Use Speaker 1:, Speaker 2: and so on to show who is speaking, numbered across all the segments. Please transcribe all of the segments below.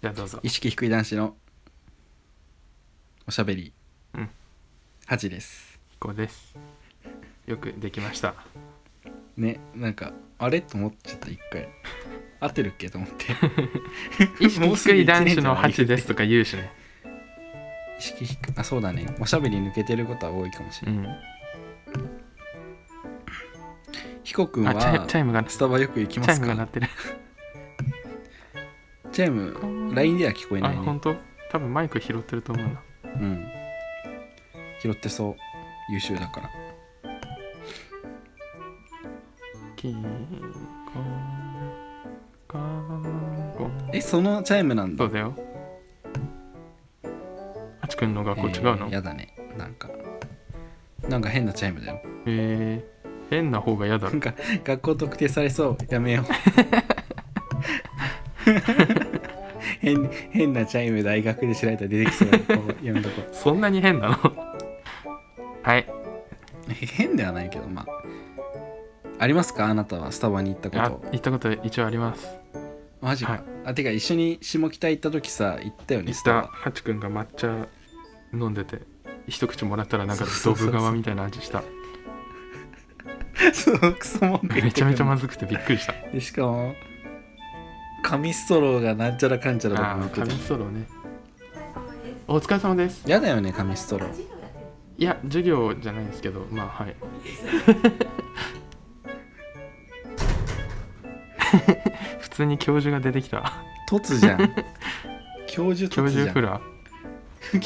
Speaker 1: じゃあどうぞ
Speaker 2: 意識低い男子のおしゃべり、
Speaker 1: うん
Speaker 2: ハチです
Speaker 1: こうですよくできました
Speaker 2: ねなんかあれと思っちゃった一回合ってるっけと思って
Speaker 1: 意識
Speaker 2: もうすぐ
Speaker 1: 低い男子の
Speaker 2: 一年じゃ な
Speaker 1: 8
Speaker 2: い
Speaker 1: ですとか言うしね
Speaker 2: 意識低いあそうだねおしゃべり抜けてることは多いかもしれ
Speaker 1: う
Speaker 2: ない、
Speaker 1: ん
Speaker 2: ヒコ君
Speaker 1: あチャイ
Speaker 2: は
Speaker 1: チャイムがチ
Speaker 2: スタバよく行きま
Speaker 1: ャイ
Speaker 2: す
Speaker 1: ムが鳴っ
Speaker 2: か
Speaker 1: てる
Speaker 2: チャイム LINE では聞こえ
Speaker 1: あ
Speaker 2: ないね
Speaker 1: 本当多分マイク拾ってると思うな
Speaker 2: うん拾ってそう優秀だから
Speaker 1: キーコンカンコン
Speaker 2: えそのチャイムなんだ
Speaker 1: そうだよあちくんの学校違うの
Speaker 2: えーやだねなんかなんか変なチャイムだよ
Speaker 1: えー、変な方が嫌だ
Speaker 2: なんか学校特定されそうやめ よう変変なチャイム大学で調べたら出てきそう だからこうやめとこう
Speaker 1: そんなに変なの はい
Speaker 2: 変ではないけどまあありますかあなたはスタバに行ったこ
Speaker 1: あ
Speaker 2: と
Speaker 1: 行ったこと一応あります
Speaker 2: マジか、
Speaker 1: はい
Speaker 2: あてか一緒に下北行った時さ行ったよね
Speaker 1: 行っ
Speaker 2: ス
Speaker 1: た
Speaker 2: タバ
Speaker 1: ハチくんが抹茶飲んでて一口もらったらなんか
Speaker 2: そ
Speaker 1: ド
Speaker 2: うそうそう
Speaker 1: ブ川みたいな味した
Speaker 2: そうクソ文句言
Speaker 1: め
Speaker 2: って
Speaker 1: ちゃ
Speaker 2: くる
Speaker 1: めちゃまずくてびっくりした
Speaker 2: でしかも紙ストローがなんちゃらかんちゃらとか
Speaker 1: あ
Speaker 2: 持っ
Speaker 1: ー
Speaker 2: てた
Speaker 1: 紙ストローねお疲れ様です
Speaker 2: やだよね紙ストロー
Speaker 1: いや授業じゃないですけどまあはい 普通に教授が出てきた
Speaker 2: 凸じ ゃん教授
Speaker 1: 教
Speaker 2: 凸じゃん
Speaker 1: 授フラ
Speaker 2: 今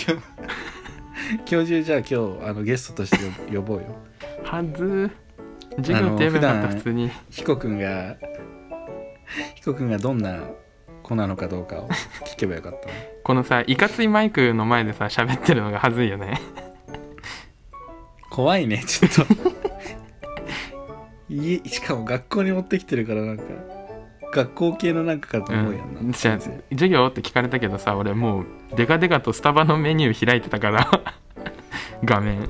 Speaker 2: 日 教授じゃあ今日あのゲストとして呼呼ぼうよ
Speaker 1: ーはずー授業ってやめなかった
Speaker 2: あの普段
Speaker 1: 普通に
Speaker 2: 彦君が彦君がどんな子なのかどうかを聞けばよかったね
Speaker 1: このさいかついマイクの前でさ喋ってるのがはずいよね
Speaker 2: 怖いねちょっと 家しかも学校に持ってきてるからなんか学校系のなんかかと思うやんな、
Speaker 1: うん、じゃあ
Speaker 2: 先生
Speaker 1: 授業って聞かれたけどさ俺もうデカデカとスタバのメニュー開いてたから 画面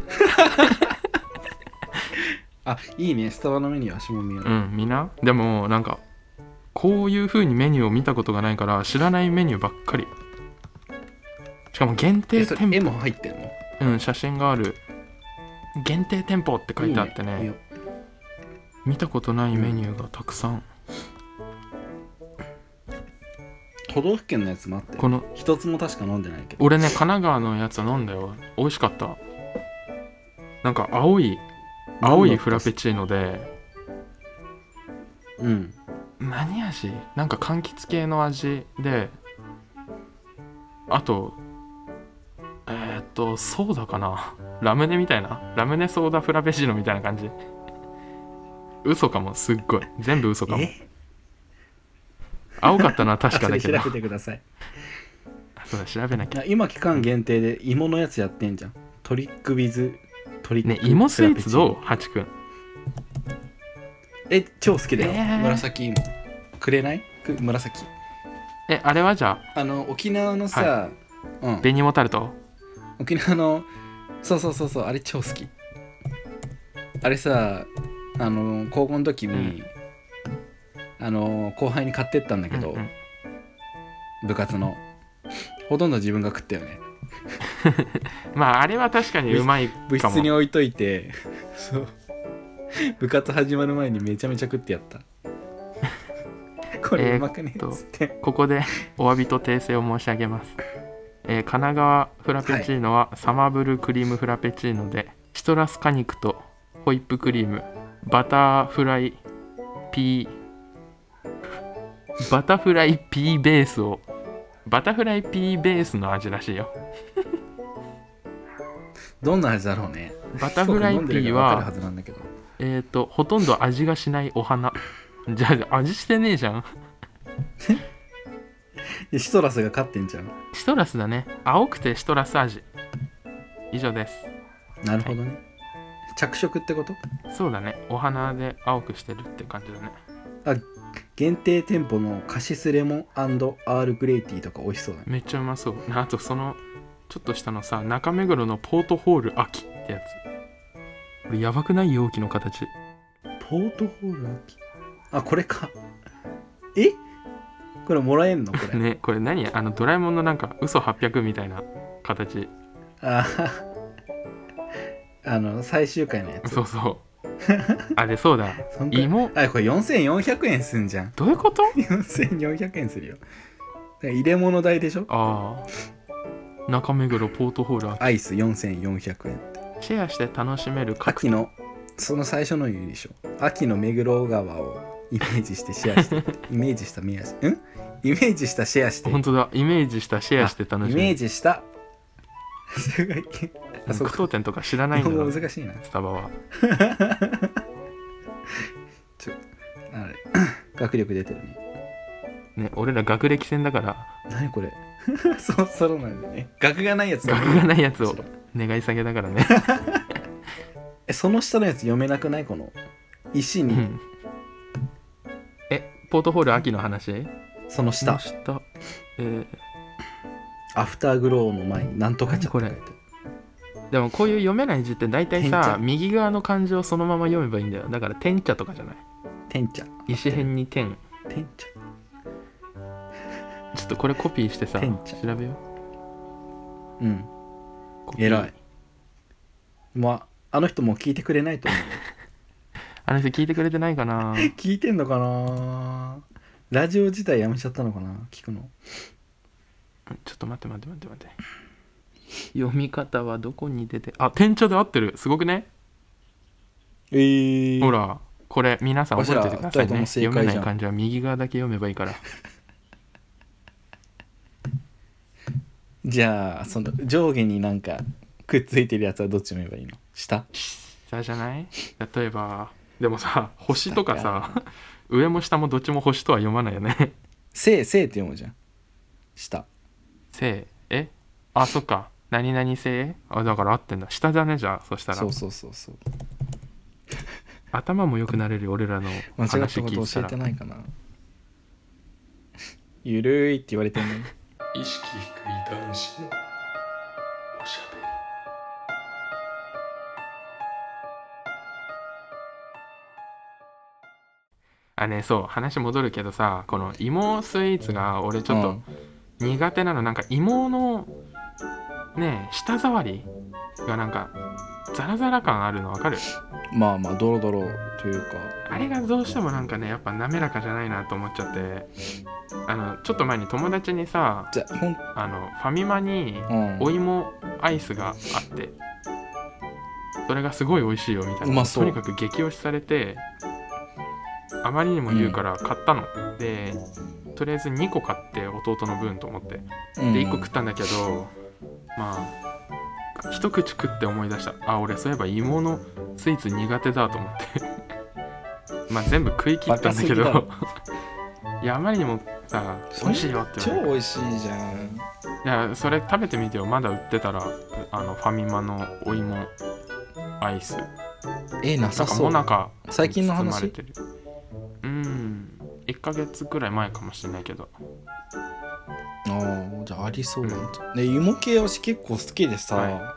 Speaker 2: あいいねスタバのメニューは足も見よう、
Speaker 1: うんみんなでもなんかこういう風にメニューを見たことがないから知らないメニューばっかりしかも限
Speaker 2: え
Speaker 1: 定
Speaker 2: そ
Speaker 1: 店
Speaker 2: れ絵
Speaker 1: 舗
Speaker 2: も入ってるの
Speaker 1: うん写真がある限定店舗って書いてあってね
Speaker 2: いいよ
Speaker 1: 見たことないメニューがたくさん、
Speaker 2: 都道府県のやつもあって
Speaker 1: この
Speaker 2: 一つも確か飲んでないけど
Speaker 1: 俺ね神奈川のやつ飲んだよ美味しかったなんか青い青いフラペチーノで
Speaker 2: うん
Speaker 1: 何味なんか柑橘系の味であとえーっとソーダかなラムネみたいなラムネソーダフラペチーノみたいな感じ嘘かもすっごい全部嘘かも
Speaker 2: え
Speaker 1: 青かったのは確かだけど
Speaker 2: あ それ調べてください
Speaker 1: そうだ調べなきゃ
Speaker 2: いや今期間限定で芋のやつやってんじゃんトリックビズトリック
Speaker 1: ね芋スイーツど
Speaker 2: フ
Speaker 1: うハチくん
Speaker 2: ラペチーノえ超好きだよ、
Speaker 1: えー
Speaker 2: 紫芋くれないく紫
Speaker 1: えあれはじゃ
Speaker 2: あの沖縄のさ、
Speaker 1: あ紅モタルト
Speaker 2: うん、沖縄のそうそうそうそうあれ超好きあれさあの高校の時に、あの後輩に買ってったんだけど、
Speaker 1: うんうん
Speaker 2: 部活のほとんど自分が食ったよね
Speaker 1: まああれは確かにうまいかも
Speaker 2: 部室に置いといてそう部活始まる前にめちゃめちゃ食ってやったこ
Speaker 1: えーっと
Speaker 2: れうまくねっつって、
Speaker 1: ここで お詫びと訂正を申し上げます、えー神奈川フラペチーノはサマブルクリームフラペチーノで、シトラス果肉とホイップクリームバターフライピーバタフライピーベースをバタフライピーベースの味らしいよ
Speaker 2: どんな味だろうね
Speaker 1: バタフライピー
Speaker 2: そうか飲んでるからわかるは
Speaker 1: は
Speaker 2: ずなんだけど
Speaker 1: えっ、とほとんど味がしないお花じゃあ味してねえじゃん
Speaker 2: でシトラスが勝ってんじゃん
Speaker 1: シトラスだね青くてシトラス味以上です
Speaker 2: なるほどね、着色ってこと
Speaker 1: そうだねお花で青くしてるって感じだね
Speaker 2: 限定店舗のカシスレモンアールグレイティーとか美味しそうだね
Speaker 1: めっちゃうまそうあとそのちょっと下のさ中目黒のポートホール秋ってやつこれやばくない容器の形
Speaker 2: ポートホール秋あこれかえこれもらえんのこれ、
Speaker 1: ねこれ何あのドラえもんのなんか嘘800みたいな形
Speaker 2: あーあの最終回のやつ
Speaker 1: そうそう あでそうだ
Speaker 2: そんくらい
Speaker 1: 芋
Speaker 2: あこれ4400円すんじゃん
Speaker 1: どういうこと
Speaker 2: 4400円するよだから入れ物代でしょ
Speaker 1: ああ中目黒ポートホールあ
Speaker 2: アイス4400円
Speaker 1: シェアして楽しめる各
Speaker 2: 秋のその最初の言うでしょ秋の目黒川をイメージしてシェアして イメージした目安んイメージしたシェアして
Speaker 1: 本当だイメージしたシェアして楽
Speaker 2: イ
Speaker 1: し
Speaker 2: メ
Speaker 1: め
Speaker 2: ー
Speaker 1: る
Speaker 2: ジしたすごいあそ
Speaker 1: 句
Speaker 2: こ
Speaker 1: 読点とか知らないん
Speaker 2: 日
Speaker 1: だ
Speaker 2: 本
Speaker 1: な
Speaker 2: 語
Speaker 1: ス
Speaker 2: 難しいな
Speaker 1: タバは
Speaker 2: あれ 学力出てるね
Speaker 1: ね俺ら学歴戦だから
Speaker 2: 何これ そうそうなんだよね学がないやつだ
Speaker 1: 学がないやつ
Speaker 2: そ
Speaker 1: を
Speaker 2: う
Speaker 1: 願い下げだからね
Speaker 2: えその下のやつ読めなくないこの石
Speaker 1: う
Speaker 2: に
Speaker 1: んえポートホール秋の話
Speaker 2: その下
Speaker 1: 下えー
Speaker 2: アフターグローの前になんとかちゃんって書いてある
Speaker 1: でもこういう読めない字って大体
Speaker 2: てんちゃ
Speaker 1: さ右側の漢字をそのまま読めばいいんだよだから「天茶」とかじゃない
Speaker 2: 天茶
Speaker 1: 石辺に「天
Speaker 2: 天茶」
Speaker 1: ちょっとこれコピーしてさ
Speaker 2: 天茶
Speaker 1: 調べよ
Speaker 2: うん
Speaker 1: うコピー
Speaker 2: 偉いまああの人もう聞いてくれないと思う
Speaker 1: あの人聞いてくれてないかな
Speaker 2: 聞いてんのかなラジオ自体やめちゃったのかな聞くの
Speaker 1: ちょっと待って待って待って待って読み方はどこに出てあ天茶で合ってるすごくね、
Speaker 2: ええ
Speaker 1: ほらこれ皆さん覚えててください
Speaker 2: わしら二人と
Speaker 1: ね
Speaker 2: も正解じゃ
Speaker 1: 読
Speaker 2: ん
Speaker 1: めない漢字は右側だけ読めばいいから
Speaker 2: じゃあその上下になんかくっついてるやつはどっちも言えばいいの下
Speaker 1: 下じゃない例えばでも さ星とかさ上も下もどっちも星とは読まないよね
Speaker 2: せいせいって読むじゃん下
Speaker 1: せえあそっか何々せあだから合ってんだ下だねじゃあそしたら
Speaker 2: そうそうそうそう
Speaker 1: 頭も良くなれるよ俺らの
Speaker 2: 間違った
Speaker 1: 話
Speaker 2: こ
Speaker 1: 聞
Speaker 2: と
Speaker 1: いてた
Speaker 2: 教え
Speaker 1: ら
Speaker 2: てないか なゆるいって言われてんのに
Speaker 1: 意識低い男子のおしゃべりあねそう話戻るけどさこの芋スイーツが俺ちょっと苦手なのなんか芋のねえ舌触りがなんかザラザラ感あるのわかる
Speaker 2: うんまあまあドロドロというか
Speaker 1: あれがどうしてもなんかねやっぱ滑らかじゃないなと思っちゃってあのちょっと前に友達にさ
Speaker 2: じゃあほん
Speaker 1: あのファミマに
Speaker 2: うん
Speaker 1: お芋アイスがあってそれがすごい美味しいよみたいうな、
Speaker 2: まそ
Speaker 1: と
Speaker 2: う
Speaker 1: にかく激推しされてあまりにも言うから買ったの、でとりあえず2個買って弟の分と思って
Speaker 2: うん
Speaker 1: で1個食ったんだけどまあ一口食って思い出したあ俺そういえば芋のスイーツ苦手だと思って まあ全部食い切ったんだけど
Speaker 2: バカ す
Speaker 1: いやあまりにもさ
Speaker 2: そ
Speaker 1: 美
Speaker 2: れ
Speaker 1: 味しいよって言われて
Speaker 2: 超美味しいじゃん
Speaker 1: いやそれ食べてみてよまだ売ってたらあのファミマのお芋アイス
Speaker 2: えな
Speaker 1: な
Speaker 2: さ
Speaker 1: んか
Speaker 2: そ
Speaker 1: も
Speaker 2: う
Speaker 1: なか
Speaker 2: 最近の話
Speaker 1: 包まれてるうん1ヶ月くらい前かもしれないけど
Speaker 2: ああじゃあありそうなんじゃん、ね芋系はし結構好きでさ、
Speaker 1: は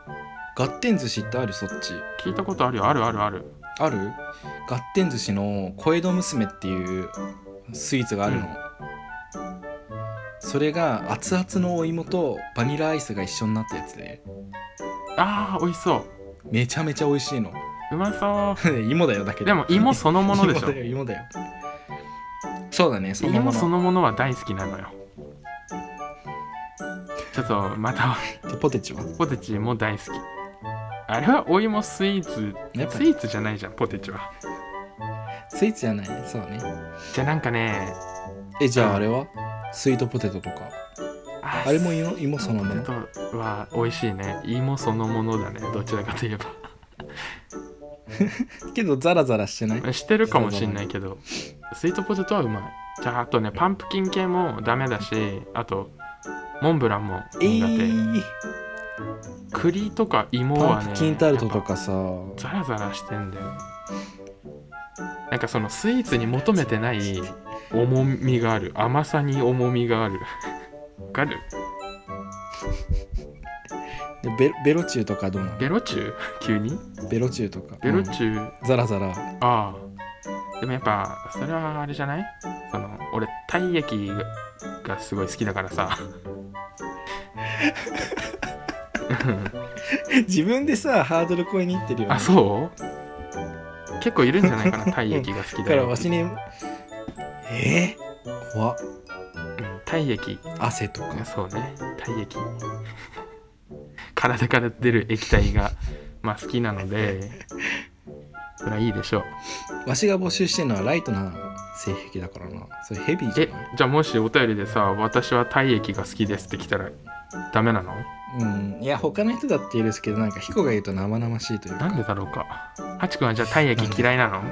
Speaker 2: ガッテン寿司ってあるそっち
Speaker 1: 聞いたことあるよあるあるある
Speaker 2: あるガッテン寿司の小江戸娘っていうスイーツがあるの、
Speaker 1: うん
Speaker 2: それが熱々のお芋とバニラアイスが一緒になったやつで
Speaker 1: あー美味しそ
Speaker 2: めちゃめちゃ美味しいの
Speaker 1: ううまそ
Speaker 2: 芋だよだけ
Speaker 1: う
Speaker 2: ど
Speaker 1: でも芋そのものでし
Speaker 2: 芋
Speaker 1: ょ
Speaker 2: だよ芋だよそうだねその
Speaker 1: 芋
Speaker 2: まま
Speaker 1: そのものは大好きなのよちょっとまた
Speaker 2: でポテチは
Speaker 1: ポテチも大好きあれはお芋スイーツ
Speaker 2: やっぱ
Speaker 1: スイーツじゃないじゃんポテチは
Speaker 2: スイーツじゃないねそうね
Speaker 1: じゃあなんかね
Speaker 2: えじゃああれはスイートポテトとか
Speaker 1: あ
Speaker 2: あれも芋芋そのもの
Speaker 1: ポテトは美味しいね芋そのものだねどちらかといえば
Speaker 2: けどザラザラしてない
Speaker 1: してるかもしんないけどスイートポテトはうまいじゃああとねパンプキン系もダメだしあとモンブランも
Speaker 2: え
Speaker 1: 苦手、
Speaker 2: ー、
Speaker 1: 栗とか芋
Speaker 2: パ
Speaker 1: は
Speaker 2: ン
Speaker 1: ね
Speaker 2: プキンタルトと
Speaker 1: やっぱ
Speaker 2: かさ
Speaker 1: ザラザラしてんだよなんかそのスイーツに求めてない重みがある甘さに重みがあるわかる
Speaker 2: でベベロチューとかどうなの
Speaker 1: ベロチュー急に
Speaker 2: ベロチューとか
Speaker 1: ベロチュー、
Speaker 2: うんザラザラ
Speaker 1: ああでもやっぱそれはあれじゃないその俺体液がすごい好きだから さ
Speaker 2: 自分でさハードル超えに行ってるよ、ね、
Speaker 1: あそう結構いるんじゃないかな体液が好き
Speaker 2: だ
Speaker 1: だ
Speaker 2: から
Speaker 1: よ
Speaker 2: わしにえー、怖っ
Speaker 1: うん体液
Speaker 2: 汗とか
Speaker 1: そうね体液体から出る液体がまあ好きなのでそれはいいでしょう
Speaker 2: わしが募集してるのはライトな性癖だからなそれヘビーじゃ
Speaker 1: え
Speaker 2: ない
Speaker 1: じゃあもしお便りでさ「私は体液が好きです」って来たらダメなの
Speaker 2: うんいや他の人だっているんですけどなんかヒコが言うと生々しいというか
Speaker 1: なんでだろうかハチくんはじゃあ体液嫌いなの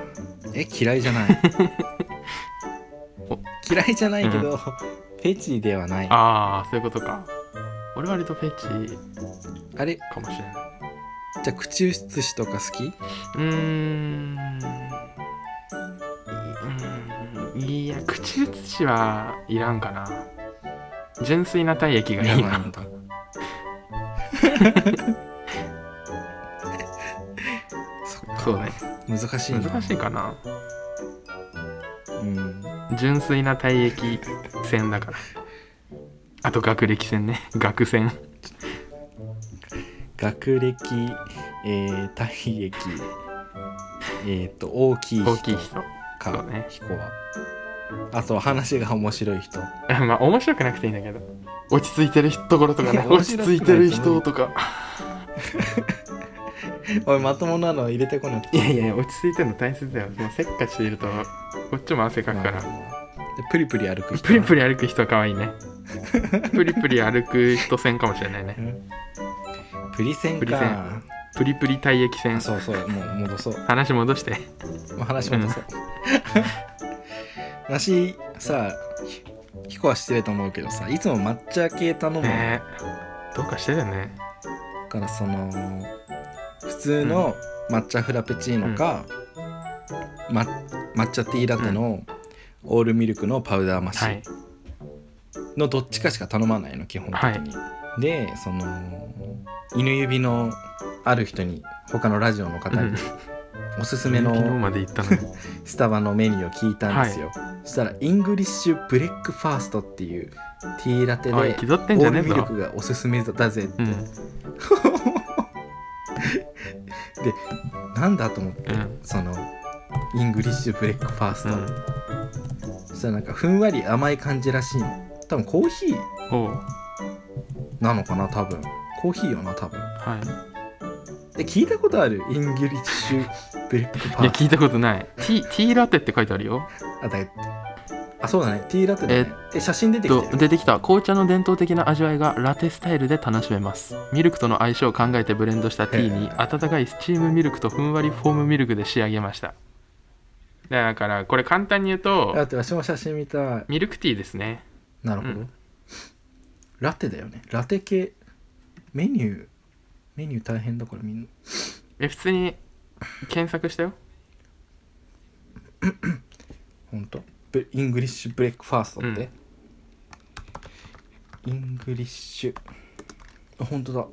Speaker 2: え嫌いじゃない
Speaker 1: お
Speaker 2: 嫌いじゃないけど、フェチではないあ
Speaker 1: ああそういうことか俺割とフェチ
Speaker 2: れ
Speaker 1: かもしれないう
Speaker 2: じゃあ口移しとか好き
Speaker 1: ーんうーんいや口移しはいらんかな純粋な体液がいい
Speaker 2: いら
Speaker 1: な
Speaker 2: ないんだそっか
Speaker 1: そうね
Speaker 2: 難しいな
Speaker 1: 難しいかな
Speaker 2: うん
Speaker 1: 純粋な体液線だからあと学歴線ね学線
Speaker 2: 学歴、えー、体液、えっ、と、大きい人
Speaker 1: 大きい人
Speaker 2: か、
Speaker 1: そうね
Speaker 2: 彦は。あと、話が面白い人。
Speaker 1: まあ面白くなくていいんだけど落ち着いてる人ところとか
Speaker 2: い
Speaker 1: ね
Speaker 2: や
Speaker 1: 落
Speaker 2: 面
Speaker 1: ち
Speaker 2: 白く
Speaker 1: 着いてる人とか
Speaker 2: おい、まともなの入れてこ なくて。
Speaker 1: いやいや落ち着いてるの大切だよもうせっかちでいるとこっちも汗かくから、
Speaker 2: でプリプリ歩く人。
Speaker 1: プリプ
Speaker 2: リ。
Speaker 1: リ歩く人は可愛いねプリプリ歩く人線かもしれないね
Speaker 2: プリセン
Speaker 1: プリセ
Speaker 2: か
Speaker 1: ン。プリプリ体液
Speaker 2: あ
Speaker 1: 線
Speaker 2: そうそう、もう戻そう。
Speaker 1: 話戻して
Speaker 2: もう話戻そう。 なし、さ、ひ彦は失礼と思うけどさ、いつも抹茶系頼むの
Speaker 1: ねどうかしてるよね
Speaker 2: からその普通の抹茶フラペチーノか、ま、抹茶ティーラテのオールミルクのパウダーマシ
Speaker 1: はい
Speaker 2: のどっちかしか頼まないの基本的に。でその犬指のある人に他のラジオの方
Speaker 1: うん
Speaker 2: におすすめ
Speaker 1: 指の
Speaker 2: の
Speaker 1: まで行ったのに
Speaker 2: スタバのメニューを聞いたんですよ。そしたらイングリッシュブレックファーストっていうティーラテでオ
Speaker 1: おい気取ってんじゃ
Speaker 2: ー
Speaker 1: ね
Speaker 2: ル
Speaker 1: え
Speaker 2: ミル
Speaker 1: ぞ
Speaker 2: クがおすすめだぜっ
Speaker 1: う
Speaker 2: て
Speaker 1: ん
Speaker 2: なんだと思って
Speaker 1: うん
Speaker 2: そのイングリッシュブレックファース
Speaker 1: う
Speaker 2: ト、
Speaker 1: ん
Speaker 2: そしたらなんかふんわり甘い感じらしいの多分コーヒー
Speaker 1: おう
Speaker 2: なのかな多分コーヒーよな多分
Speaker 1: はい
Speaker 2: で聞いたことあるイングリッシュブレックフ
Speaker 1: い
Speaker 2: ァ
Speaker 1: や
Speaker 2: ース
Speaker 1: 聞いたことないティーティーラテって書いてあるよ
Speaker 2: トあだいあそうだねティーラテだねえ写真出てき
Speaker 1: と
Speaker 2: てる
Speaker 1: 出てきた紅茶の伝統的な味わいがラテスタイルで楽しめますミルクとの相性を考えてブレンドしたティーに
Speaker 2: へえ
Speaker 1: 温かいスチームミルクとふんわりフォームミルクで仕上げましただからこれ簡単に言う
Speaker 2: だ
Speaker 1: と
Speaker 2: って私も写真見たい
Speaker 1: ミルクティーですね
Speaker 2: なるほど、
Speaker 1: うん
Speaker 2: ラテだよねラテ系メニューメニュー大変だからみんな
Speaker 1: え普通に検索したよ
Speaker 2: ほんとブイングリッシュブレックファーストって、イングリッシュあ本当だ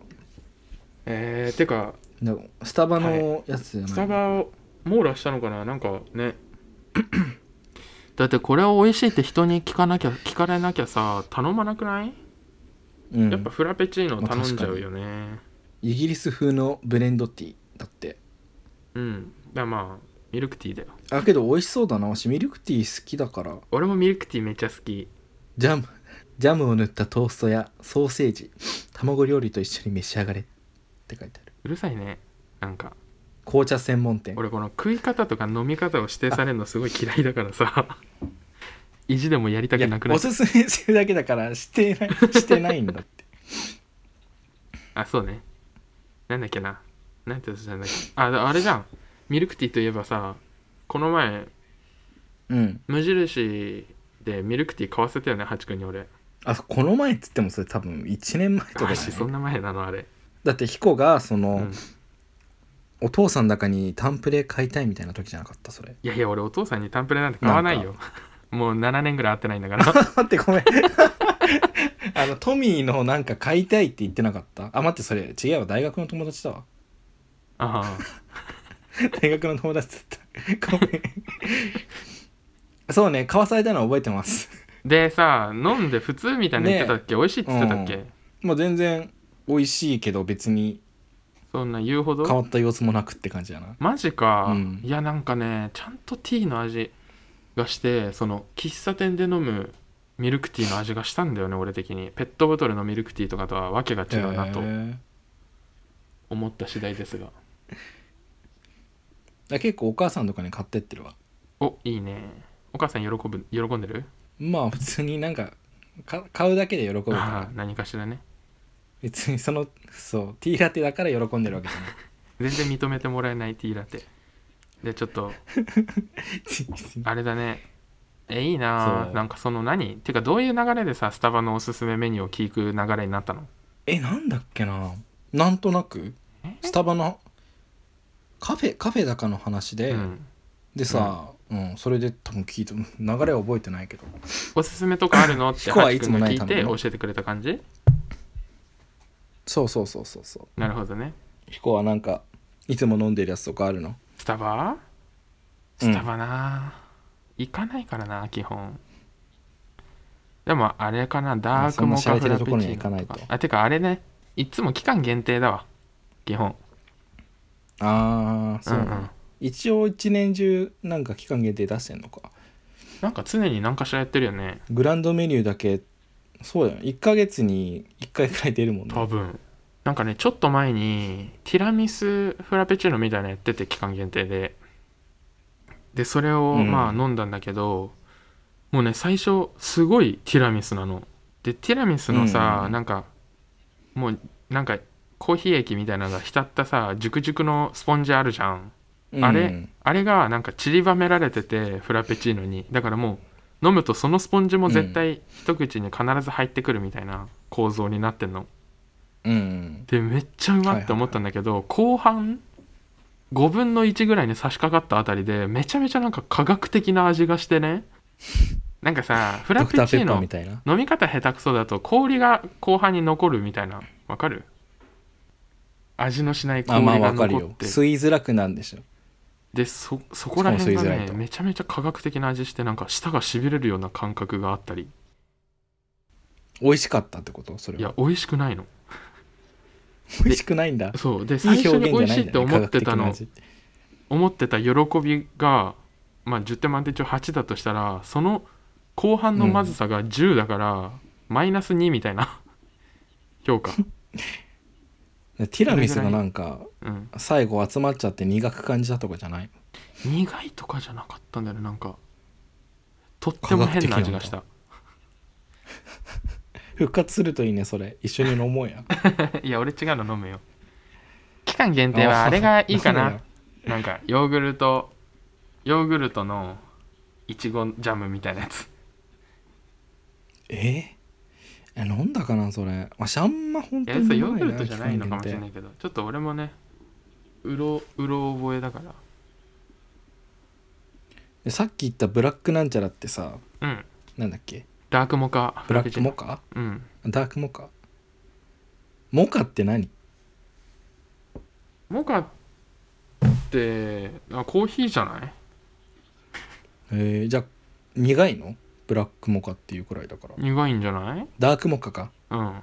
Speaker 1: えー、てか
Speaker 2: なんかスタバのやつじゃない、
Speaker 1: スタバを網羅したのかななんかね だってこれを美味しいって人に聞かなきゃ聞かれなきゃさ頼まなくない、
Speaker 2: うん、
Speaker 1: やっぱフラペチーノ頼んじゃうよね
Speaker 2: イギリス風のブレンドティーだって
Speaker 1: うんだからまあミルクティーだよ
Speaker 2: あけど美味しそうだな私ミルクティー好きだから
Speaker 1: 俺もミルクティーめっちゃ好き
Speaker 2: ジャムジャムを塗ったトーストやソーセージ卵料理と一緒に召し上がれって書いてある
Speaker 1: うるさいねなんか
Speaker 2: 紅茶専門店
Speaker 1: 俺この食い方とか飲み方を指定されるのすごい嫌いだからさ 意地でもやりた
Speaker 2: い
Speaker 1: く
Speaker 2: や
Speaker 1: なくな
Speaker 2: お
Speaker 1: っちゃう
Speaker 2: すすめするだけだからしてないしてないんだって
Speaker 1: あそうねなんだっけななんてやつなんだっけあだあれじゃんミルクティーといえばさこの前
Speaker 2: うん
Speaker 1: 無印でミルクティー買わせたよねハチ君に俺
Speaker 2: あこの前っつってもそれ多分1年前とか
Speaker 1: マ
Speaker 2: じゃ
Speaker 1: ジ
Speaker 2: ない
Speaker 1: そんな前なのあれ、
Speaker 2: だってヒコがその、
Speaker 1: うん、
Speaker 2: お父さんだかにタンプレ買いたいみたいな時じゃなかったそれ
Speaker 1: いやいや俺お父さんにタンプレなんて買わないよもう7年ぐらい会ってないんだ から
Speaker 2: 待ってごめんあのトミーのなんか買いたいって言ってなかったあ待ってそれ違うわ大学の友達だわ
Speaker 1: あ
Speaker 2: 大学の友 達だったごめんそうね買わされたのは覚えてます
Speaker 1: でさ飲んで普通みたいなの言ってたっけ、美味しいって言ってたっけ、
Speaker 2: うんまあ全然美味しいけど別に
Speaker 1: そんな言うほ
Speaker 2: 変わ
Speaker 1: ど
Speaker 2: った様子もなくって感じだな
Speaker 1: マジか、
Speaker 2: うん
Speaker 1: いやなんかねちゃんとティーの味がしてその喫茶店で飲むミルクティーの味がしたんだよね俺的にペットボトルのミルクティーとかとはわけが違うなと
Speaker 2: へーだか
Speaker 1: 思った次第ですが、
Speaker 2: ら結構お母さんとかに買ってってるわ
Speaker 1: おいいねお母さん喜ぶ喜んでる
Speaker 2: まあ普通になんかか買うだけで喜ぶから
Speaker 1: ああ何かしらね
Speaker 2: 別にそのそうティーラテだから喜んでるわけじゃない
Speaker 1: 全然認めてもらえないティーラテでちょっと あれだねえいいな
Speaker 2: そ
Speaker 1: あ
Speaker 2: う
Speaker 1: なんかその何ていうかどういう流れでさスタバのおすすめメニューを聞く流れになったの
Speaker 2: えなんだっけななんとなく
Speaker 1: え
Speaker 2: スタバのカフェカフェだかの話で、
Speaker 1: うん、
Speaker 2: でさ、うんそれで多分聞いて流れは覚えてないけど
Speaker 1: おすすめとかあるのって
Speaker 2: 聞こは
Speaker 1: ハチ
Speaker 2: いつ
Speaker 1: 君
Speaker 2: も
Speaker 1: が
Speaker 2: な
Speaker 1: 聞
Speaker 2: い
Speaker 1: い
Speaker 2: から
Speaker 1: て
Speaker 2: ね
Speaker 1: 教えてくれた感じ
Speaker 2: そうそうそうそうそう
Speaker 1: なるほどね
Speaker 2: ヒコはなんかいつも飲んでるやつとかあるの
Speaker 1: スタバ
Speaker 2: うん
Speaker 1: スタバなあ、行かないからな基本でもあれかなダークモカフラペチ
Speaker 2: そんな洒落てるところには行
Speaker 1: ー
Speaker 2: か
Speaker 1: ノ
Speaker 2: な
Speaker 1: と
Speaker 2: い
Speaker 1: か
Speaker 2: と
Speaker 1: あてかあれねいつも期間限定だわ基本
Speaker 2: ああそう、
Speaker 1: うんうん
Speaker 2: 一応一年中なんか期間限定出してんのか
Speaker 1: なんか常に何かしらやってるよね
Speaker 2: グランドメニューだけそうだよ1ヶ月に1回くらい出るもん
Speaker 1: 多
Speaker 2: ね
Speaker 1: 分なんかねちょっと前にティラミスフラペチーノみたいなのやってて期間限定ででそれを
Speaker 2: うん
Speaker 1: まあ飲んだんだけど、もうね最初すごいティラミスなのでティラミスのさ、
Speaker 2: うん
Speaker 1: なんかもうなんかコーヒー液みたいなのが浸ったさ熟々のスポンジあるじゃんあれ
Speaker 2: うん
Speaker 1: あれがなんか散りばめられててフラペチーノにだからもう飲むとそのスポンジも絶対一口に必ず入ってくるみたいな構造になってんの
Speaker 2: うん
Speaker 1: でめっちゃうまって思ったんだけど、後半5分の1ぐらいに差し掛かったあたりでめちゃめちゃなんか科学的な味がしてねなんかさフラ
Speaker 2: ド
Speaker 1: ペ
Speaker 2: クター
Speaker 1: チ
Speaker 2: ペ
Speaker 1: ー
Speaker 2: ッパー
Speaker 1: ノ
Speaker 2: みたいな
Speaker 1: 飲み方下手くそだと氷が後半に残るみたいなわかる味のしない
Speaker 2: あ
Speaker 1: 氷
Speaker 2: まあ
Speaker 1: が
Speaker 2: わかる
Speaker 1: 残っ
Speaker 2: よ
Speaker 1: て
Speaker 2: 吸いづらくなんでしょ
Speaker 1: でそそこら辺が
Speaker 2: しかも吸いづら
Speaker 1: ね
Speaker 2: いと
Speaker 1: めちゃめちゃ科学的な味してなんか舌がしびれるような感覚があったり
Speaker 2: 美味しかったってことそ
Speaker 1: い
Speaker 2: れは
Speaker 1: や美味しくないの
Speaker 2: 美味しくないんだ
Speaker 1: そうで
Speaker 2: い
Speaker 1: 最
Speaker 2: い表
Speaker 1: 初
Speaker 2: 現
Speaker 1: に
Speaker 2: じゃ
Speaker 1: 美
Speaker 2: ないん
Speaker 1: 味しい
Speaker 2: だ
Speaker 1: って思っ
Speaker 2: よね
Speaker 1: てた
Speaker 2: 科
Speaker 1: の
Speaker 2: 学的な味って
Speaker 1: 思ってた喜びが、まあ、10点満点中8だとしたらその後半のまずさが10だから、マイナス2みたいな評 価、
Speaker 2: ティラミスがなんか
Speaker 1: うん、
Speaker 2: 最後集まっちゃって苦く感じたとかじゃない
Speaker 1: 苦いとかじゃなかったんだよねなんかとっても変な味がした
Speaker 2: 復活するといいねそれ一緒に飲もう や
Speaker 1: いや俺違うの飲むよ期間限定はあれがいいか
Speaker 2: んだ
Speaker 1: な
Speaker 2: よ
Speaker 1: なんかヨーグルトヨーグルトのいちごジャムみたいなやつ
Speaker 2: ええ飲んだかなそれわしあんま本
Speaker 1: い
Speaker 2: 当
Speaker 1: や
Speaker 2: に
Speaker 1: そう
Speaker 2: 飲
Speaker 1: ヨー
Speaker 2: ま
Speaker 1: グルトじゃないのかもしれ
Speaker 2: 期間
Speaker 1: な
Speaker 2: 限
Speaker 1: いけどちょっと俺もねうろうろ覚えだから
Speaker 2: 定でさっき言ったブラックなんちゃらってさ
Speaker 1: うん
Speaker 2: なんだっけ
Speaker 1: ダークモカ
Speaker 2: ブラックモ
Speaker 1: カ
Speaker 2: カ
Speaker 1: うん
Speaker 2: ダークモカモカって何
Speaker 1: モカってあコーヒーじゃない
Speaker 2: えー、じゃあ苦いのブラックモカっていうくらいだから
Speaker 1: 苦いんじゃない
Speaker 2: ダークモカか
Speaker 1: うん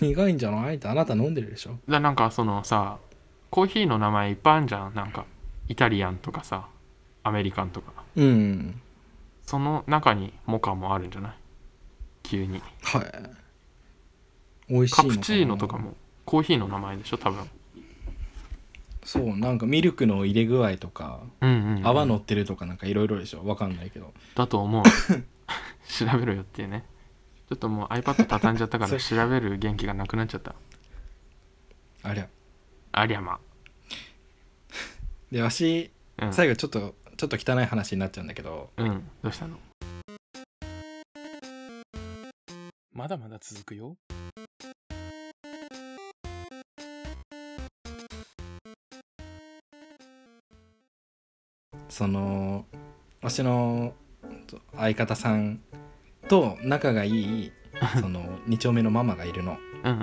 Speaker 2: 苦いんじゃないってあなた飲んでるでしょ
Speaker 1: だなんかそのさコーヒーの名前いっぱいあるじゃんなんかイタリアンとかさアメリカンとか
Speaker 2: うん
Speaker 1: その中にモカもあるんじゃない急に
Speaker 2: はい美味しい
Speaker 1: カ
Speaker 2: のかな
Speaker 1: プチーノとかもコーヒーの名前でしょ多分
Speaker 2: そうなんかミルクの入れ具合とか
Speaker 1: うんうん、うん、
Speaker 2: 泡乗ってるとかなんかいろいろでしょわかんないけど
Speaker 1: だと 思う調べろよっていうねちょっともう iPad 畳んじゃったか
Speaker 2: そ
Speaker 1: ら調
Speaker 2: う
Speaker 1: べる元気がなくなっちゃった
Speaker 2: ありゃ
Speaker 1: ありゃま
Speaker 2: でわし
Speaker 1: あうん、
Speaker 2: 最後ちょっとちょっと汚い話になっちゃうんだけど
Speaker 1: うん、どうしたのまだまだ続くよ
Speaker 2: そのわしのと相方さんと仲が いいその2丁目のママがいるの
Speaker 1: うんうん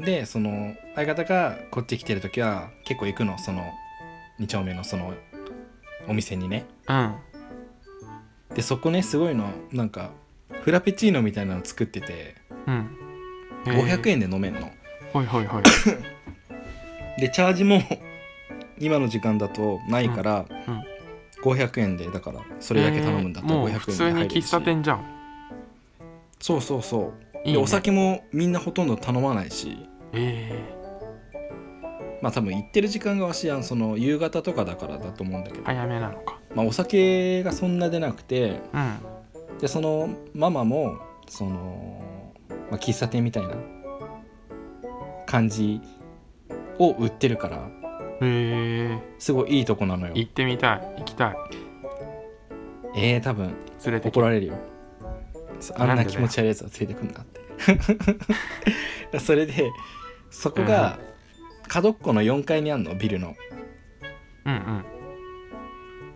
Speaker 1: うん
Speaker 2: でその相方がこっち来てる時は結構行くのその2丁目のそのお店にね
Speaker 1: うん
Speaker 2: でそこねすごいのなんかフラペチーノみたいなの作ってて
Speaker 1: うん、えー
Speaker 2: 500円で飲めんの、
Speaker 1: はいはいはい
Speaker 2: でチャージも 今の時間だとないから、
Speaker 1: うんうん
Speaker 2: 500円でだからそれだけ頼むんだったら
Speaker 1: えーも
Speaker 2: 500
Speaker 1: う
Speaker 2: 円
Speaker 1: 普
Speaker 2: で
Speaker 1: 通
Speaker 2: 入
Speaker 1: に
Speaker 2: るし
Speaker 1: 喫茶店じゃん
Speaker 2: そうそうそう
Speaker 1: いい、
Speaker 2: で
Speaker 1: ね、
Speaker 2: お酒もみんなほとんど頼まないし
Speaker 1: え
Speaker 2: まあ多分行ってる時間がわしやんその夕方とかだからだと思うんだけど、
Speaker 1: ー、早めなのか
Speaker 2: まあ、お酒がそんな出なくて
Speaker 1: うん
Speaker 2: でそのママもその、まあ、喫茶店みたいな感じを売ってるから
Speaker 1: え
Speaker 2: すごいいいとこなのよ
Speaker 1: ー、行ってみたい行きたい
Speaker 2: えー、多分
Speaker 1: 連れて
Speaker 2: 怒
Speaker 1: き
Speaker 2: られるよあん
Speaker 1: なんでだ
Speaker 2: な
Speaker 1: よ
Speaker 2: 気持ち悪いやつは連れてくんなっ てそれでそこが角っこの4階にあんのビルの
Speaker 1: うんう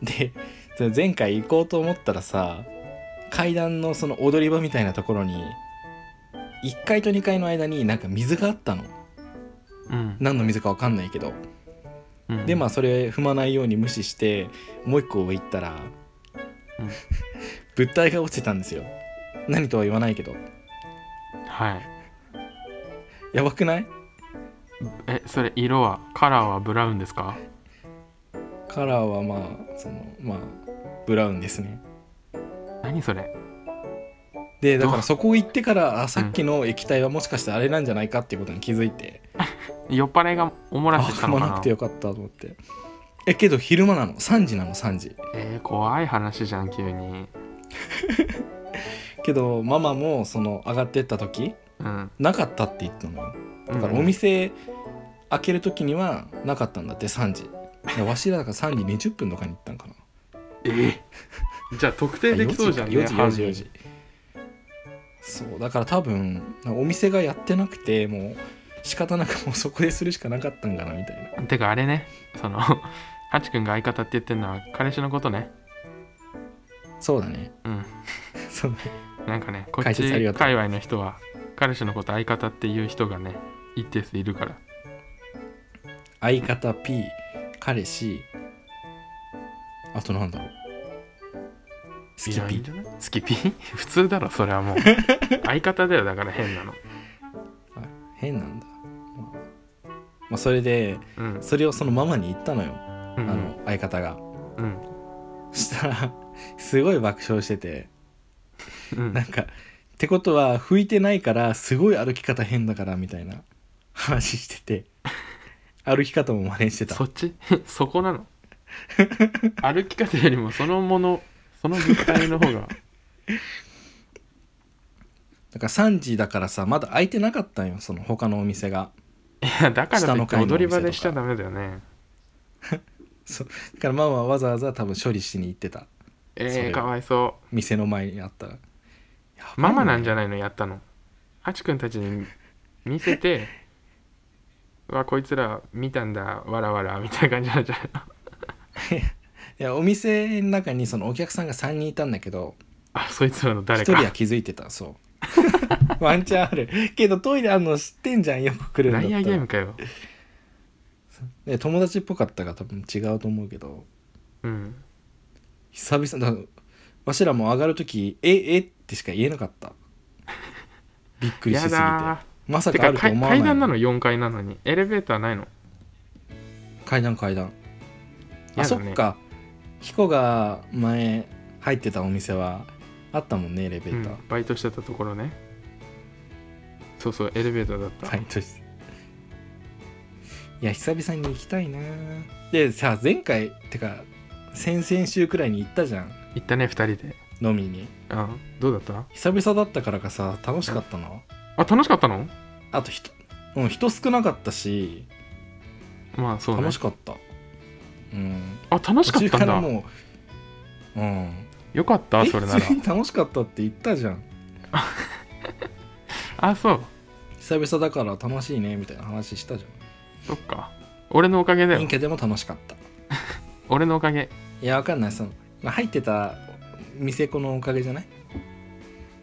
Speaker 1: ん
Speaker 2: でその前回行こうと思ったらさ階段のその踊り場みたいなところに1階と2階の間になんか水があったの
Speaker 1: うん
Speaker 2: 何の水か分かんないけど
Speaker 1: うん
Speaker 2: でまあそれ踏まないように無視してもう一個上行ったら、
Speaker 1: うん
Speaker 2: 物体が落ちてたんですよ何とは言わないけど
Speaker 1: はい
Speaker 2: やばくない
Speaker 1: えそれ色はカラーはブラウンですか
Speaker 2: カラーはまあそのまあブラウンですね
Speaker 1: 何それ
Speaker 2: でだか
Speaker 1: ど
Speaker 2: ら
Speaker 1: う
Speaker 2: そこ行ってからあさっきの液体はもしかしてあれなんじゃないかっていうことに気づいて、
Speaker 1: 酔っ払いがおもら
Speaker 2: あ
Speaker 1: してた
Speaker 2: 噛
Speaker 1: の
Speaker 2: ま
Speaker 1: か
Speaker 2: な
Speaker 1: な
Speaker 2: くてよかったと思ってえけど昼間なの3時なの3時
Speaker 1: えー、怖い話じゃん急に
Speaker 2: けどママもその上がってった時
Speaker 1: うん
Speaker 2: なかったって言ったのよ
Speaker 1: だ
Speaker 2: だからお店開ける時にはなかったんだって3時いやわしらだから3時20分とかに行った んかな
Speaker 1: えー じゃあ特定できそうじゃんね
Speaker 2: 4時4時4
Speaker 1: 犯
Speaker 2: 時
Speaker 1: 人
Speaker 2: そうだから多分お店がやってなくてもう仕方なくもうそこでするしかなかったんかなみたいな
Speaker 1: てかあれねその ハチ君が相方って言ってるのは彼氏のことね
Speaker 2: そうだね
Speaker 1: うん
Speaker 2: そうだね
Speaker 1: なんかねこっ
Speaker 2: 解
Speaker 1: ち
Speaker 2: 説ありが
Speaker 1: 界
Speaker 2: とう
Speaker 1: 隈の人は彼氏のこと相方っていう人がね一定数いるから
Speaker 2: 相方 P 彼氏あとなんだろうスキ
Speaker 1: いやいいん
Speaker 2: ピ
Speaker 1: じゃないスキピ 普通だろそれはもう相方だよだから変なの
Speaker 2: 変なんだ、まあまあ、それで
Speaker 1: うん
Speaker 2: それをそのママに言ったのよ、
Speaker 1: うん
Speaker 2: あの相方が
Speaker 1: うん
Speaker 2: したらすごい爆笑してて
Speaker 1: うん
Speaker 2: なんかってことは拭いてないからすごい歩き方変だからみたいな話し てて歩き方も真似してた
Speaker 1: そっち そこなの歩き方よりもそのものその物体の 方が
Speaker 2: だから3時だからさまだ開いてなかったんよその他のお店が
Speaker 1: いやだからと
Speaker 2: 下
Speaker 1: い
Speaker 2: の
Speaker 1: って
Speaker 2: 階のお
Speaker 1: 踊
Speaker 2: 店
Speaker 1: り
Speaker 2: とか
Speaker 1: 場でしちゃダメだよね
Speaker 2: だからママはわざわざ多分処理しに行ってたそ
Speaker 1: え
Speaker 2: れ
Speaker 1: ー、
Speaker 2: は
Speaker 1: かわいそ
Speaker 2: 店の前にあったら
Speaker 1: うママなんじ
Speaker 2: ゃ
Speaker 1: ゃないのやったのハチ君たちに見せてうわこいつら見たんだわらわらみたいな感じなんじゃないの
Speaker 2: いやお店の中にそのお客さんが3人いたんだけど
Speaker 1: あそいつらの
Speaker 2: 1
Speaker 1: 誰
Speaker 2: 人
Speaker 1: か
Speaker 2: は気づいてたそう ワンチャンあるけどトイレあんの知ってんじゃんよく来るんだ
Speaker 1: ダ
Speaker 2: った
Speaker 1: イ
Speaker 2: ら
Speaker 1: ヤゲームかよ
Speaker 2: で友達っぽかったから多分違うと思うけど
Speaker 1: うん
Speaker 2: 久々だわしらも上がる時「ええってしか言えなか ったびっくりしすぎて
Speaker 1: やだー
Speaker 2: まさ
Speaker 1: て
Speaker 2: か
Speaker 1: か
Speaker 2: あると
Speaker 1: 階
Speaker 2: 思わない
Speaker 1: 階段なの4階なのにエレベーターないの
Speaker 2: 階段階段、あ
Speaker 1: や
Speaker 2: そ
Speaker 1: だ
Speaker 2: っ
Speaker 1: ね
Speaker 2: かヒコが前入ってたお店はあったもんねエレベ
Speaker 1: う
Speaker 2: ー
Speaker 1: ん
Speaker 2: ター、
Speaker 1: バイトしてたところねそうそうエレベーターだった、
Speaker 2: バイトしていや久々に行きたいなでさ前回てか先々週くらいに行ったじゃん
Speaker 1: 行ったね2人で
Speaker 2: 飲みに
Speaker 1: あどうだった
Speaker 2: 久々だったからかさ楽しかったな、
Speaker 1: あ楽しかったの
Speaker 2: あと人うん人少なかったし
Speaker 1: まあそうね
Speaker 2: 楽しかったうん
Speaker 1: あ楽しかっ
Speaker 2: 途中
Speaker 1: たん
Speaker 2: から
Speaker 1: だ
Speaker 2: もううん
Speaker 1: よかった
Speaker 2: え
Speaker 1: それなら
Speaker 2: 普通に楽しかったって言ったじゃん
Speaker 1: あそう
Speaker 2: 久々だから楽しいねみたいな話したじ
Speaker 1: そっか俺のおかげ
Speaker 2: ゃ
Speaker 1: だ
Speaker 2: ん陰
Speaker 1: よ
Speaker 2: キャでも楽しかったい
Speaker 1: 俺のおかげ
Speaker 2: やわかんないそのまあ入ってた店子のおかげじゃない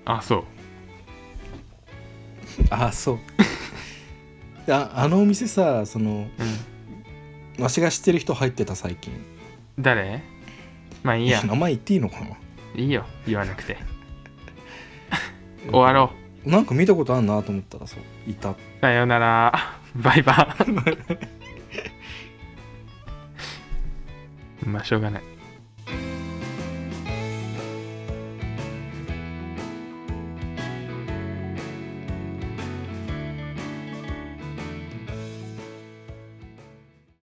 Speaker 1: あそう
Speaker 2: ああそう ああのお店さその
Speaker 1: うん
Speaker 2: わしが知ってる人入ってた最近
Speaker 1: 誰まあいいや
Speaker 2: 名前言っていいのかな
Speaker 1: いいよ言わな くて終わろ
Speaker 2: なんか見たことあんなと思ったらそういた
Speaker 1: うさようならバイバイまあしょうがない